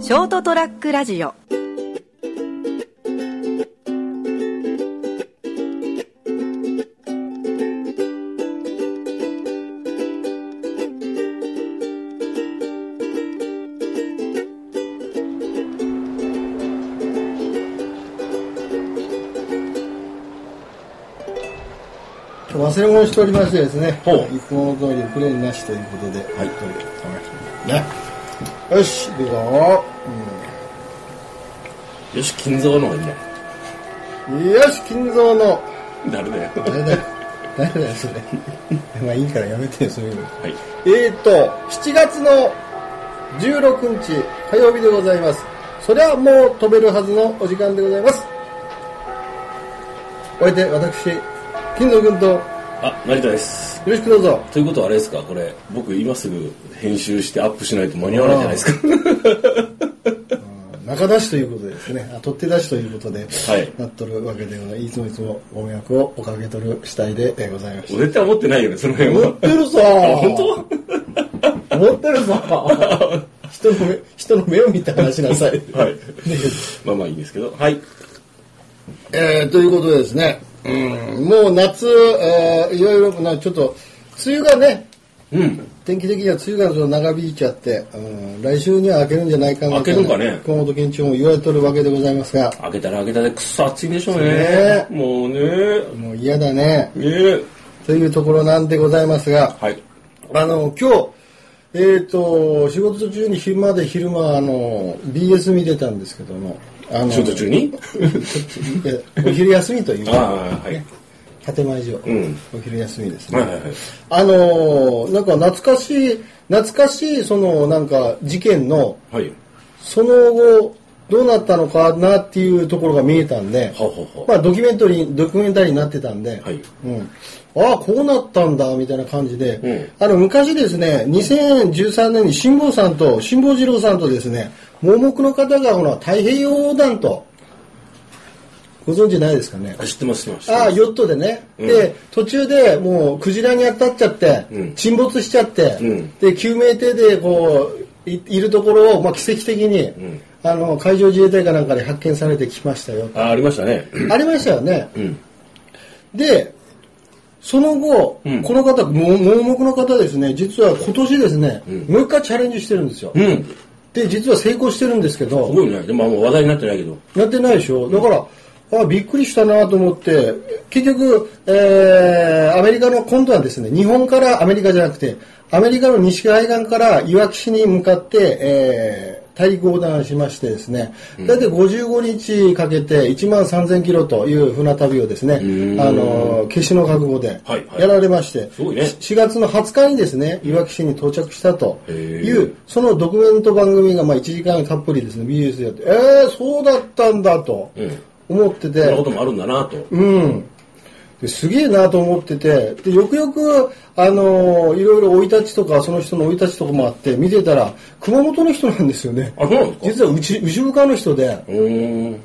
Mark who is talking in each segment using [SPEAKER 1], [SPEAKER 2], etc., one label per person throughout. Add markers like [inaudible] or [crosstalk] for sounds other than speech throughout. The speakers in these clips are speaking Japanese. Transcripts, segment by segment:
[SPEAKER 1] ショートトラックラジオ
[SPEAKER 2] 忘れ物しておりましてですね、
[SPEAKER 3] ほう
[SPEAKER 2] いつもの通りプレイなしということで、
[SPEAKER 3] はい、どれお願いしま
[SPEAKER 2] ね。よし、行くぞ。
[SPEAKER 3] す。よし、金蔵の方がいいや。
[SPEAKER 2] うんよし、金蔵の。
[SPEAKER 3] なるだよ。
[SPEAKER 2] 誰だよ、誰だよ、それ。 [laughs] まあいいからやめてよ、そういうの。
[SPEAKER 3] はい。
[SPEAKER 2] えーと、7月の16日火曜日でございます。そりゃもう飛べるはずのお時間でございます。おいで、私、金蔵君とよ
[SPEAKER 3] あ、成田です。
[SPEAKER 2] ろしくどうぞ。
[SPEAKER 3] ということはあれですか、これ、僕今すぐ編集してアップしないと間に合わないじゃないですか。
[SPEAKER 2] 中出しということでですね、あ取って出しということで、
[SPEAKER 3] はい
[SPEAKER 2] なっとるわけでございます。いつもいつもご迷惑をおかけとる次第でございました。
[SPEAKER 3] 絶対思ってないよね、その辺
[SPEAKER 2] 持っ
[SPEAKER 3] は。
[SPEAKER 2] てるぞ
[SPEAKER 3] 本
[SPEAKER 2] 当持ってるぞ
[SPEAKER 3] [laughs]
[SPEAKER 2] 人の目、人の目を見て話しなさい。
[SPEAKER 3] 当はい。 [laughs] まあまあいいんですけど。はい。
[SPEAKER 2] [laughs] えーということでですね、うん、もう夏、えーいろいろな、ちょっと、梅雨がね、
[SPEAKER 3] うん。
[SPEAKER 2] 天気的には梅雨がちょっと長引いちゃって、うん、来週には明けるんじゃないかな
[SPEAKER 3] 明けるんかね
[SPEAKER 2] 熊本県庁も言われとるわけでございますが、
[SPEAKER 3] 開けたら開けたで、くっそ暑いんでしょう
[SPEAKER 2] ね
[SPEAKER 3] ね。もうね。
[SPEAKER 2] もう嫌だね、
[SPEAKER 3] ねえ。
[SPEAKER 2] というところなんでございますが、
[SPEAKER 3] はい。
[SPEAKER 2] あの今日えっ、と仕事中に昼まで昼間あの BS 見てたんですけどもあの
[SPEAKER 3] 仕事中に
[SPEAKER 2] いやお昼休みという
[SPEAKER 3] あ [laughs] あ、はい。
[SPEAKER 2] 建前上、
[SPEAKER 3] ん
[SPEAKER 2] お昼休みですね、
[SPEAKER 3] はいはいはい。
[SPEAKER 2] あのなんか懐かしい懐かしいそのなんか事件の
[SPEAKER 3] はい。
[SPEAKER 2] その後どうなったのかなっていうところが見えたんで、
[SPEAKER 3] はは
[SPEAKER 2] ま
[SPEAKER 3] は。
[SPEAKER 2] あ、ドキュメントリードキュメンタリーになってたんで、
[SPEAKER 3] はい
[SPEAKER 2] うん、ああこうなったんだみたいな感じで、
[SPEAKER 3] う
[SPEAKER 2] あの昔ですね2013年に辛坊さんと辛坊二郎さんとですね盲目の方がほら太平洋横断とご存知ないですかね
[SPEAKER 3] あ知ってます、知ってます。
[SPEAKER 2] ああヨットでね、
[SPEAKER 3] うん
[SPEAKER 2] で途中でもうクジラに当たっちゃって、
[SPEAKER 3] うん
[SPEAKER 2] 沈没しちゃって、
[SPEAKER 3] うん
[SPEAKER 2] で救命艇でこういいるところを、まあ、奇跡的に、
[SPEAKER 3] ん
[SPEAKER 2] あの海上自衛隊かなんかに発見されてきましたよ
[SPEAKER 3] あありましたね。
[SPEAKER 2] ありましたよね。
[SPEAKER 3] うん。
[SPEAKER 2] で、その後、
[SPEAKER 3] うん
[SPEAKER 2] この方、も盲目の方ですね、実は今年ですね、
[SPEAKER 3] ん
[SPEAKER 2] もう一回チャレンジしてるんですよ。
[SPEAKER 3] うん。す
[SPEAKER 2] で、実は成功してるんですけど、
[SPEAKER 3] ごいね。でも、あもう話題になってないけど。
[SPEAKER 2] やってないでしょ。だから、あびっくりしたなと思って、結局、えーアメリカの、今度はですね、日本からアメリカじゃなくて、アメリカの西海岸からいわき市に向かって、えー大陸横断しましてですね、だいたい55日かけて1万3000キロという船旅をですね、あ
[SPEAKER 3] ん
[SPEAKER 2] の、決死の覚悟で
[SPEAKER 3] はいはい
[SPEAKER 2] やられまして、
[SPEAKER 3] すごいね
[SPEAKER 2] 4月の20日にですね、いわき市に到着したと
[SPEAKER 3] へ
[SPEAKER 2] い
[SPEAKER 3] ー
[SPEAKER 2] う、そのドキュメント番組がまあ1時間たっぷりですね、BS でやって、えー、そうだったんだと
[SPEAKER 3] うん。
[SPEAKER 2] 思ってて、
[SPEAKER 3] そんなこともあるんだなと。
[SPEAKER 2] うん。ですげえなと思ってて、で、よくよく、あのーいろいろ生い立ちとか、その人の生い立ちとかもあって、見てたら、熊本の人なんですよね。
[SPEAKER 3] あ、そうなんですか
[SPEAKER 2] 実は内、牛深の人で、
[SPEAKER 3] うーん。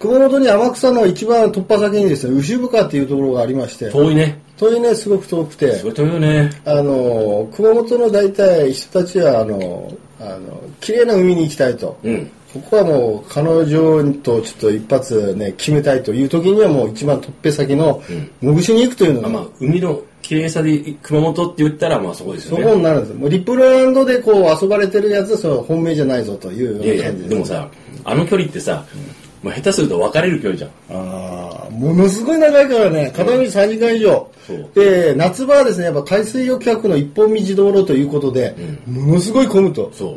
[SPEAKER 2] 熊本に天草の一番突破先にですね、牛深っていうところがありまして、
[SPEAKER 3] 遠いね。
[SPEAKER 2] 遠いね、すごく遠くて、
[SPEAKER 3] それ遠いよね。
[SPEAKER 2] あの熊本の大体人たちはあのあの綺麗な海に行きたいと、
[SPEAKER 3] うん。
[SPEAKER 2] ここはもう彼女とちょっと一発ね決めたいという時にはもう一番とっぺ先のもぐしに行くというの
[SPEAKER 3] あ
[SPEAKER 2] が、
[SPEAKER 3] まあ、海の綺麗さで熊本って言ったら、まあそこです
[SPEAKER 2] そ
[SPEAKER 3] よね。
[SPEAKER 2] こになるんですもうリプランドでこう遊ばれてるやつはその本命じゃないぞという
[SPEAKER 3] いやい
[SPEAKER 2] ような
[SPEAKER 3] や、
[SPEAKER 2] 感じ
[SPEAKER 3] でもさ、あの距離ってさ、まあ下手すると別れる距離じゃん。
[SPEAKER 2] あーものすごい長いからね、片道3時間以上、
[SPEAKER 3] そう
[SPEAKER 2] で夏場はですねやっぱ海水浴客の一本道道路ということで、ものすごい混むと、
[SPEAKER 3] そう。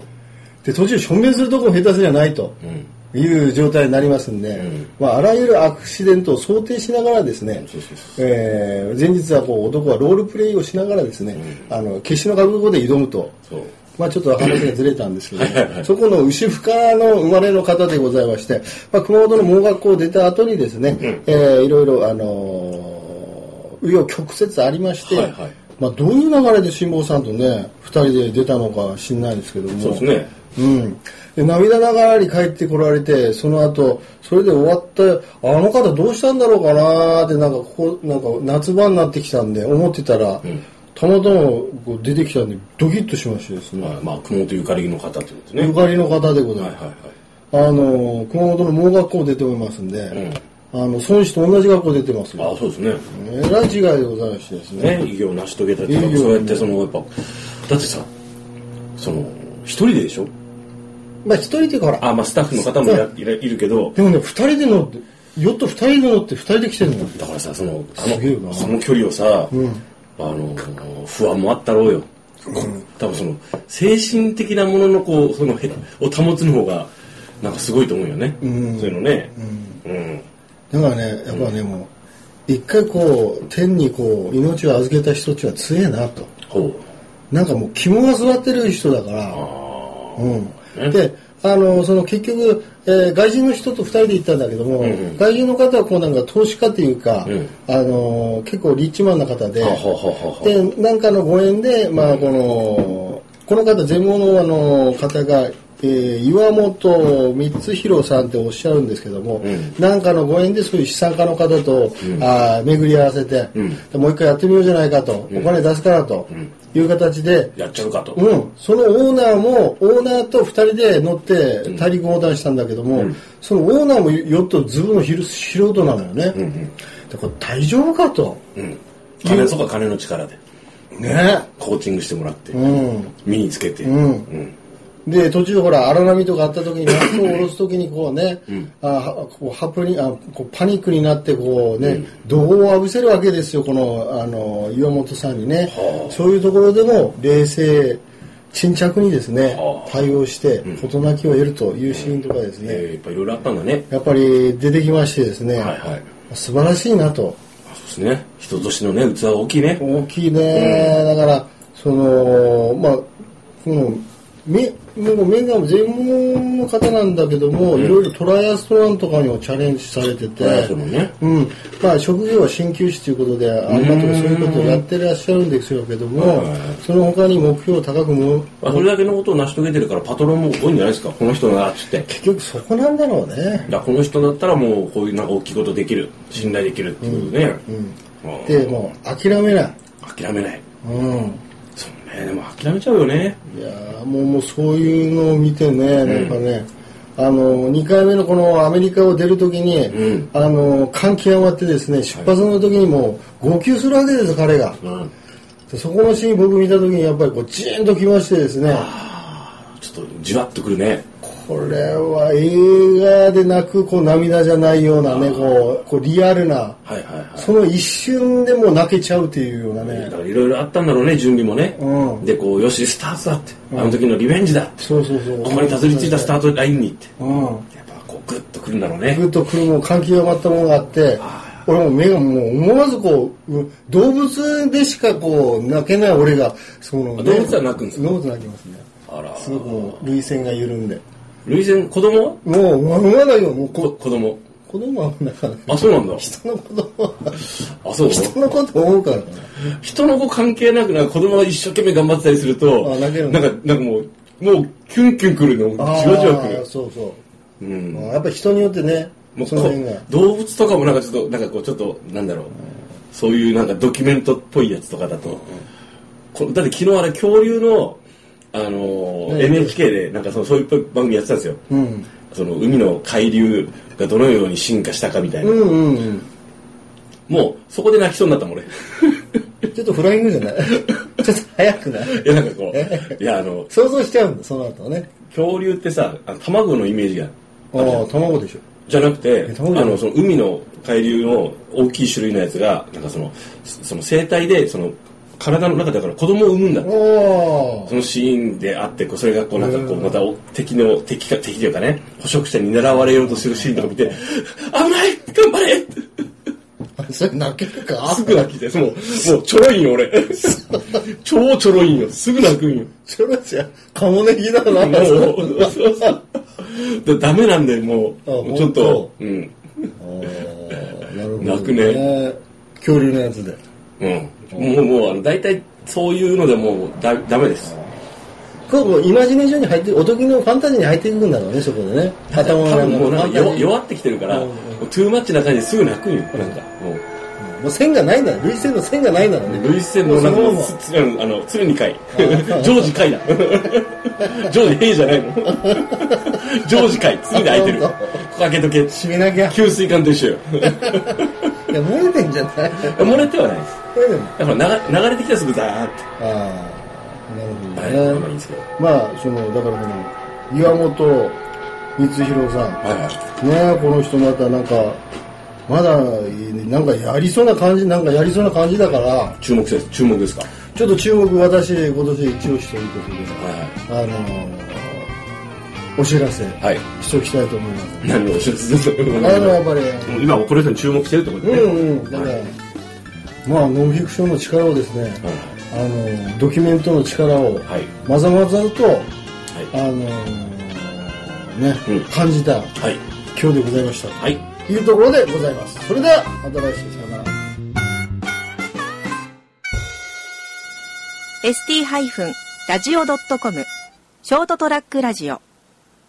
[SPEAKER 2] で途中、しょんべんするとこも下手すりゃないと
[SPEAKER 3] うん。
[SPEAKER 2] いう状態になりますんで、
[SPEAKER 3] うん
[SPEAKER 2] まあ、あらゆるアクシデントを想定しながらですね、
[SPEAKER 3] そうそうそ
[SPEAKER 2] えー前日はこう男はロールプレイをしながらですね、あの決死の覚悟で挑むと。
[SPEAKER 3] そう。
[SPEAKER 2] まあちょっと話がずれたんですけ
[SPEAKER 3] はいはいは
[SPEAKER 2] ど、
[SPEAKER 3] い
[SPEAKER 2] そこの牛深の生まれの方でございまして、まあ、熊本の盲学校を出た後にですね、えーいろいろ、あのー紆余曲折ありまして、
[SPEAKER 3] はいはい
[SPEAKER 2] まあ、どういう流れで辛坊さんとね、二人で出たのか知んないですけども、
[SPEAKER 3] そうですね。
[SPEAKER 2] うん、で涙ながらに帰ってこられてその後それで終わってあの方どうしたんだろうかなーってなんかここなんか夏場になってきたんで思ってたら、たまたまこう出てきたんで、ドキッとしましてですね、
[SPEAKER 3] はいまあ、熊本ゆかりの方ということね。
[SPEAKER 2] ゆかりの方でござ
[SPEAKER 3] はいい
[SPEAKER 2] ま
[SPEAKER 3] はいはい。
[SPEAKER 2] す。あの、熊本の盲学校出ておりますんで、あの、孫子と同じ学校出てますよ。
[SPEAKER 3] ああ、そうですね。
[SPEAKER 2] えらい違いでございましてですね。
[SPEAKER 3] ね、偉業を成し遂げたっていう
[SPEAKER 2] 偉
[SPEAKER 3] か、
[SPEAKER 2] 業
[SPEAKER 3] そうやって、その、やっぱ、だってさ、その、一人ででしょ
[SPEAKER 2] まあ一人っていうかほら、
[SPEAKER 3] あ、まあ、スタッフの方もやいらいるけど、
[SPEAKER 2] でもね、二人で乗って、ヨット二人で乗って二人で来てるの。
[SPEAKER 3] だからさ、その、あ
[SPEAKER 2] すげえな
[SPEAKER 3] の、その距離をさ、あの、不安もあったろうよ。多分その、精神的なものの、こう、その、へを保つの方が、なんかすごいと思うよね。
[SPEAKER 2] ん
[SPEAKER 3] そういうのね。うん。
[SPEAKER 2] だからね、やっぱね、もう、一回こう、天にこう、命を預けた人っちは強えなと。
[SPEAKER 3] ほ
[SPEAKER 2] なんかもう肝が座ってる人だから、うん。で、あの、その結局、えー外人の人と二人で行ったんだけども、
[SPEAKER 3] んうん
[SPEAKER 2] 外人の方はこうなんか投資家というか、
[SPEAKER 3] うん
[SPEAKER 2] あの、結構リッチマンな方で、
[SPEAKER 3] はあはあはあはあ
[SPEAKER 2] で、なんかのご縁で、まあこの、この方、全盲のあの方が、えー岩本光弘さんっておっしゃるんですけども、
[SPEAKER 3] ん
[SPEAKER 2] なんかのご縁でそういう資産家の方と、あー巡り合わせて、
[SPEAKER 3] ん
[SPEAKER 2] でもう一回やってみようじゃないかと、お金出すからという形で、
[SPEAKER 3] う。やっちゃうかと。
[SPEAKER 2] うん、そのオーナーも、オーナーと二人で乗って大陸横断したんだけども、そのオーナーもヨットずぶのひる素人なのよね。でこれ大丈夫かと。
[SPEAKER 3] うん。金、そこは金の力で、
[SPEAKER 2] ね。
[SPEAKER 3] コーチングしてもらって、
[SPEAKER 2] うん。
[SPEAKER 3] 身につけて。うんん。
[SPEAKER 2] で、途中ほら、荒波とかあった時に、ラップを下ろす時にこうね、あはこうハプニングあこうパニックになってこうね、怒号を浴びせるわけですよ、この、あの、岩本さんにね
[SPEAKER 3] は。あ
[SPEAKER 2] そういうところでも、冷静、沈着にですね
[SPEAKER 3] は、あ
[SPEAKER 2] 対応して、事なきを得るというシーンとかです
[SPEAKER 3] え
[SPEAKER 2] ね、
[SPEAKER 3] ーやっぱいろいろあったんだね。
[SPEAKER 2] やっぱり出てきましてですね、
[SPEAKER 3] はいはい。
[SPEAKER 2] 素晴らしいなと。
[SPEAKER 3] あそうですね。人としてのね、器は大きいね。
[SPEAKER 2] 大きいね、だからそのまあこのめもうメンガーも全盲の方なんだけども、いろいろトライアストランとかにもチャレンジされてて、
[SPEAKER 3] トライアスロンね
[SPEAKER 2] うんまあ、職業は鍼灸師ということであんまとかそういうことをやってらっしゃるんですけども、
[SPEAKER 3] はい
[SPEAKER 2] その他に目標を高くも
[SPEAKER 3] まあそれだけのことを成し遂げてるから、パトロンも多いんじゃないですか。この人ならっつって。
[SPEAKER 2] 結局そこなんだろうね。
[SPEAKER 3] だからこの人だったらもうこういうなんか大きいことできる信頼できるっていうね、うん
[SPEAKER 2] でもう諦めない。
[SPEAKER 3] 諦めない
[SPEAKER 2] うん
[SPEAKER 3] そうねでも諦めちゃうよね
[SPEAKER 2] いやーもうもうそういうのを見てね、なんかね、あの2回目のこのアメリカを出るときに、
[SPEAKER 3] うん
[SPEAKER 2] あの感極まってですね出発の時にもう号泣するわけですよ、彼が。
[SPEAKER 3] うん
[SPEAKER 2] でそこのシーン、僕見たときにやっぱりこうジーンときましてですね、
[SPEAKER 3] あーちょっとじわっとくるね
[SPEAKER 2] これは映画で泣くこう涙じゃないようなね、こうこうリアルな、
[SPEAKER 3] はいはいはい
[SPEAKER 2] その一瞬でもう泣けちゃうっていうようなね
[SPEAKER 3] だか。らいろいろあったんだろうね準備もね、
[SPEAKER 2] うん
[SPEAKER 3] でこうよしスタートだって、あの時のリベンジだって
[SPEAKER 2] そうそうそう。
[SPEAKER 3] ここにたどり着いたスタートラインにって
[SPEAKER 2] うん
[SPEAKER 3] やっぱこうグッとくるんだろうね
[SPEAKER 2] ぐっとくるもう感極まったものがあって
[SPEAKER 3] あ、
[SPEAKER 2] 俺も目がもう思わずこう、う動物でしかこう泣けない俺が、その、
[SPEAKER 3] あ動物は泣くんですか
[SPEAKER 2] 動物泣きますね。
[SPEAKER 3] あら
[SPEAKER 2] すごくもう、涙腺が緩んで。
[SPEAKER 3] 涙腺子供は
[SPEAKER 2] もう、わわないよ、もう
[SPEAKER 3] こ
[SPEAKER 2] こ、
[SPEAKER 3] 子供
[SPEAKER 2] 子供は泣かない。
[SPEAKER 3] あそうなんだ
[SPEAKER 2] 人の子供は、
[SPEAKER 3] あそう
[SPEAKER 2] 人のこと思うからね。
[SPEAKER 3] 人の子関係なくなんか子供が一生懸命頑張ってたりすると
[SPEAKER 2] あ泣ける
[SPEAKER 3] なんかなんかもうもうキュンキュンくるのじわじわく
[SPEAKER 2] あー
[SPEAKER 3] る、
[SPEAKER 2] そうそうう。
[SPEAKER 3] ん、
[SPEAKER 2] やっぱり人によってね
[SPEAKER 3] も、う
[SPEAKER 2] その辺が。
[SPEAKER 3] こう動物とかもなんかちょっとなんかこうちょっとなんだろう、そういうなんかドキュメントっぽいやつとかだと、こだって昨日あれ恐竜のあのー
[SPEAKER 2] ね
[SPEAKER 3] NHK でなんかそのそういう番組やってたんですよ、
[SPEAKER 2] うん。
[SPEAKER 3] その海の海流がどのように進化したかみたいな、
[SPEAKER 2] うんうん
[SPEAKER 3] もうそこで泣きそうになっ
[SPEAKER 2] [laughs]
[SPEAKER 3] たもん俺
[SPEAKER 2] うん。ちょっとフライングじゃない [laughs] ちょっと早くない
[SPEAKER 3] いやなんかこういやあの
[SPEAKER 2] 想像しちゃうんだ、その後ね。
[SPEAKER 3] 恐竜ってさあの卵のイメージが
[SPEAKER 2] ああ、卵でしょ。
[SPEAKER 3] じゃなくて
[SPEAKER 2] え
[SPEAKER 3] あ
[SPEAKER 2] 卵じゃない
[SPEAKER 3] のその海の海流の大きい種類のやつがなんかそのそその生態でその体の中だから子供を産むんだ
[SPEAKER 2] お
[SPEAKER 3] そのシーンであってこうそれがこうなんかこうまたお敵の敵か敵というかね捕食者に狙われようとするシーンとか見て「危ない頑張れ!」って
[SPEAKER 2] ー [laughs] それ泣けるか
[SPEAKER 3] すぐ泣きてもうもうちょろいん
[SPEAKER 2] [laughs]
[SPEAKER 3] よ俺超ちょろいんよすぐ泣くんよ
[SPEAKER 2] それじゃ、カモネギだ
[SPEAKER 3] [laughs]
[SPEAKER 2] な。
[SPEAKER 3] もうそうそうだダメなんでもう
[SPEAKER 2] あ
[SPEAKER 3] もうちょっ
[SPEAKER 2] 本
[SPEAKER 3] とうん
[SPEAKER 2] なるほど
[SPEAKER 3] 泣くね。
[SPEAKER 2] 恐竜のやつで。
[SPEAKER 3] うん、もうもうあの大体そういうのでもうだダメです
[SPEAKER 2] こう、こうイマジネーションに入って、おときのファンタジーに入っていくんだろうね、そこで
[SPEAKER 3] [laughs]
[SPEAKER 2] ね。頭
[SPEAKER 3] 多
[SPEAKER 2] の中
[SPEAKER 3] 分もう
[SPEAKER 2] の
[SPEAKER 3] な
[SPEAKER 2] ファ
[SPEAKER 3] ん
[SPEAKER 2] ンタ
[SPEAKER 3] か
[SPEAKER 2] ジ
[SPEAKER 3] 弱
[SPEAKER 2] ー。
[SPEAKER 3] 弱ってきてるから、もうトゥーマッチな感じですぐ泣くんよなんかもう、
[SPEAKER 2] もう線がないなら、類線の線がないならね。
[SPEAKER 3] 類線の
[SPEAKER 2] もうそ
[SPEAKER 3] 中
[SPEAKER 2] のま
[SPEAKER 3] の
[SPEAKER 2] ま
[SPEAKER 3] つつうんあの鶴に会ジョージ会だジョージ兵じゃないのジョージ会次で空いてる
[SPEAKER 2] あ
[SPEAKER 3] こ
[SPEAKER 2] 本
[SPEAKER 3] こ開けとけ
[SPEAKER 2] 締めなきゃ。い
[SPEAKER 3] 給水管と一緒よ
[SPEAKER 2] や、漏れてんじゃない
[SPEAKER 3] 漏れてはないです
[SPEAKER 2] 漏れてんの
[SPEAKER 3] だから流流れてきたらすぐザーッ
[SPEAKER 2] ああ、な
[SPEAKER 3] と、
[SPEAKER 2] るほど
[SPEAKER 3] まあ
[SPEAKER 2] ね。
[SPEAKER 3] いいんですけど
[SPEAKER 2] まあ、その、だからこの、岩本光弘さん。
[SPEAKER 3] はいは
[SPEAKER 2] ねえこの人またなんかまだなんかやりそうな感じなんかやりそうな感じだから
[SPEAKER 3] い注目です注目ですかは
[SPEAKER 2] ちょっと注目私今年一押しということで
[SPEAKER 3] い
[SPEAKER 2] あのーお知らせ
[SPEAKER 3] はい、はい、
[SPEAKER 2] しておきたいと思います
[SPEAKER 3] 何をお知らせする
[SPEAKER 2] あの
[SPEAKER 3] の
[SPEAKER 2] やっぱり
[SPEAKER 3] 今この人に注目してるってこと
[SPEAKER 2] う
[SPEAKER 3] ね
[SPEAKER 2] んうんだからまあノンフィクションの力をですねあのードキュメントの力を
[SPEAKER 3] はいはいはい
[SPEAKER 2] まざまざとあ
[SPEAKER 3] は
[SPEAKER 2] のーね
[SPEAKER 3] うん
[SPEAKER 2] 感じた
[SPEAKER 3] いはい
[SPEAKER 2] 今日でございました
[SPEAKER 3] はい
[SPEAKER 2] というところでございますそれではまた来週さよなら
[SPEAKER 1] ST-radio.com ショートトラックラジオ